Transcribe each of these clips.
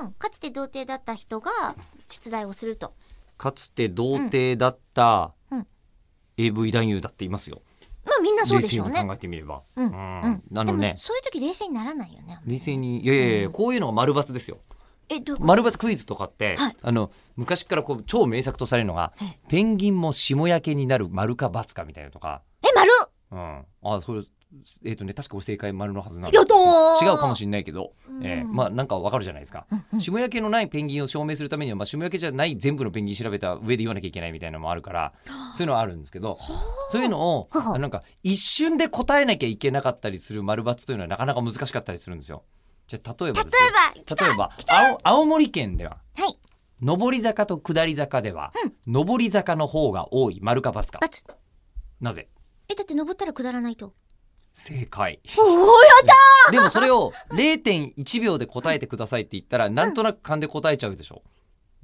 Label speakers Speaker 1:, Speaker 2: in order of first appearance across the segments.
Speaker 1: うん、かつて童貞だった人が出題をすると。
Speaker 2: かつて童貞だった
Speaker 1: うんうん
Speaker 2: AV 男優だっていますよ。
Speaker 1: まあみんなそう
Speaker 2: 冷
Speaker 1: でし
Speaker 2: 静
Speaker 1: ょう
Speaker 2: に
Speaker 1: ね
Speaker 2: 考。えてみれば。
Speaker 1: うん、うん。
Speaker 2: なの
Speaker 1: で
Speaker 2: ね
Speaker 1: も、そういう時冷静にならないよね。
Speaker 2: 冷静に、いやいやいや、こういうのが丸抜ですよ。
Speaker 1: え、どういうこと
Speaker 2: 丸抜クイズとかって、
Speaker 1: はい
Speaker 2: あの昔からこう超名作とされるのが
Speaker 1: え
Speaker 2: 「ペンギンも霜焼けになる丸か×か」みたいなのとか、
Speaker 1: え、丸
Speaker 2: うん、あそれえっ、とね確か俺正解丸のはずなん
Speaker 1: やったー
Speaker 2: 違うかもしれないけど、
Speaker 1: うん
Speaker 2: えーまあなんかわかるじゃないですか。
Speaker 1: うんうん
Speaker 2: 霜焼けのないペンギンを証明するためには、まあ、霜焼けじゃない全部のペンギン調べた上で言わなきゃいけないみたいなのもあるからそういうのはあるんですけどそういうのを
Speaker 1: はは
Speaker 2: あなんか一瞬で答えなきゃいけなかったりする丸×というのはなかなか難しかったりするんですよ。じゃあ例えばですよ
Speaker 1: 例えば来た
Speaker 2: 例えば青青森県では
Speaker 1: はい。
Speaker 2: 上り坂と下り坂では、上り坂の方が多い丸か×か
Speaker 1: バツ。
Speaker 2: なぜ
Speaker 1: え、だって登ったら下らない と。
Speaker 2: 正解
Speaker 1: おお、やった
Speaker 2: でもそれを0.1秒で答えてくださいって言ったら、なんとなく勘で答えちゃうでしょ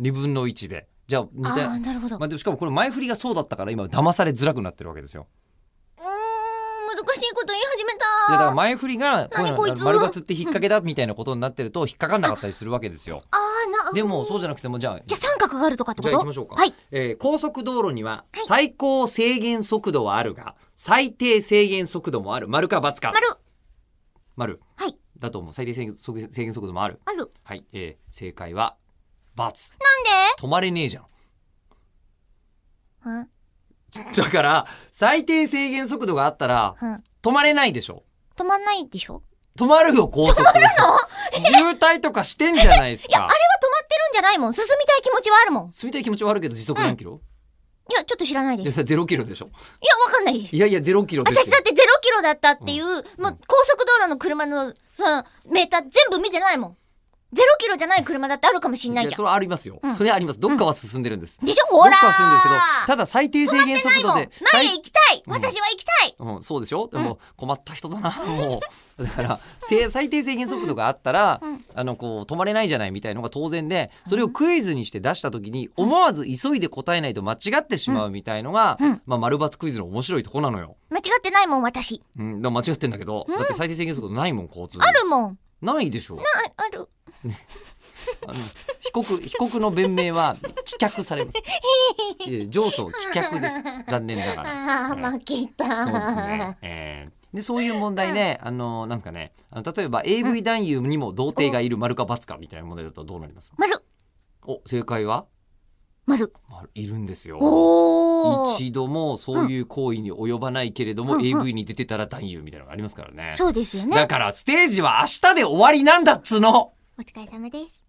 Speaker 2: 2分の1でじゃあ似た
Speaker 1: ああー、なるほど。うーん、
Speaker 2: まあ、
Speaker 1: 難
Speaker 2: でもしかもこれ前振りがそうだったから今騙されづらくなってるわけですよ
Speaker 1: しいこと言い始め
Speaker 2: いやだから
Speaker 1: た。あ
Speaker 2: 前振り
Speaker 1: 何
Speaker 2: がこういう
Speaker 1: こいつ
Speaker 2: の丸×って引っ掛けだみたいなことになってると引っかかんなかったりするわけですよ
Speaker 1: あー、な、
Speaker 2: でもそうじゃなくてもじゃあ
Speaker 1: じゃあ三角があるとかってこ
Speaker 2: じ
Speaker 1: と
Speaker 2: ゃあ行きましょうか、
Speaker 1: はい。
Speaker 2: えー高速道路には最高制限速度はあるが、最低制限速度もある丸か×か
Speaker 1: 丸。
Speaker 2: 丸
Speaker 1: はい。
Speaker 2: だと思う最低制限速制限速度もある
Speaker 1: ある。
Speaker 2: はい、えー正解は×なんで止まれねえじゃん
Speaker 1: うん。
Speaker 2: だから最低制限速度があったら
Speaker 1: うん。
Speaker 2: 止まれないでしょ
Speaker 1: 止まんないでしょ
Speaker 2: 止まるよ高速渋滞とかしてんじゃないです
Speaker 1: いや、あれは止
Speaker 2: か
Speaker 1: まってるんじゃないもん。進みたい気持ちはあるもん。
Speaker 2: 住みたい気持ちはあるけど時速何キロ、
Speaker 1: いや、ちょっと知らない
Speaker 2: い
Speaker 1: で
Speaker 2: や
Speaker 1: す。
Speaker 2: それゼロキロでしょ
Speaker 1: いや、わかんないです
Speaker 2: い。やいやゼロキロです
Speaker 1: 私
Speaker 2: よ
Speaker 1: だって0キロだったっていう、もう高速道路の車の、その、メーター全部見てないもん。0キロじゃない車だってあるかもしんない
Speaker 2: い
Speaker 1: じ
Speaker 2: や
Speaker 1: ゃ
Speaker 2: それはありますよ、
Speaker 1: うん
Speaker 2: それはありますどっかは進んでるんです、
Speaker 1: ん。でしょほら
Speaker 2: どっかはするんですけど、
Speaker 1: ー
Speaker 2: ただ最低制限速
Speaker 1: ないも
Speaker 2: 度
Speaker 1: ん
Speaker 2: で。
Speaker 1: 前へ
Speaker 2: 最
Speaker 1: 行きたい
Speaker 2: うん
Speaker 1: 私は行きたい
Speaker 2: うん、そうでしょでも、困った人だな、 もう。だから、せ最低制限速度があったら、
Speaker 1: うん
Speaker 2: あの、こう、止まれないじゃないみたいのが当然で、それをクイズにして出した時に、思わず急いで答えないと間違ってしまうみたいのが、
Speaker 1: うん
Speaker 2: まあ、丸抜クイズの面白いとこなのよ。
Speaker 1: 間違ってないもん、私。
Speaker 2: うん、だから間違ってんだけど、だって最低制限速度ないもん、交通に。
Speaker 1: あるもん。
Speaker 2: ないでしょ
Speaker 1: あ、ある。
Speaker 2: あの被 告被告の弁明は棄却され ます。いや上訴棄却です。残念なが
Speaker 1: あ
Speaker 2: ら。うん
Speaker 1: ー、負けた。
Speaker 2: そうですね。。えーでそういう問題ね、あのなんですかね、あの例えば AV 男優にも童貞がいる丸か×かみたいな問題だとどうなります？
Speaker 1: 丸、
Speaker 2: お正解は
Speaker 1: 丸。
Speaker 2: 丸いるんですよ。
Speaker 1: おー。
Speaker 2: 一度もそういう行為に及ばないけれども、
Speaker 1: うんうん
Speaker 2: AV に出てたら男優みたいなのがありますからね。
Speaker 1: そうですよね
Speaker 2: だ。からステージは明日で終わりなんだっつーの。
Speaker 1: お疲れ様です。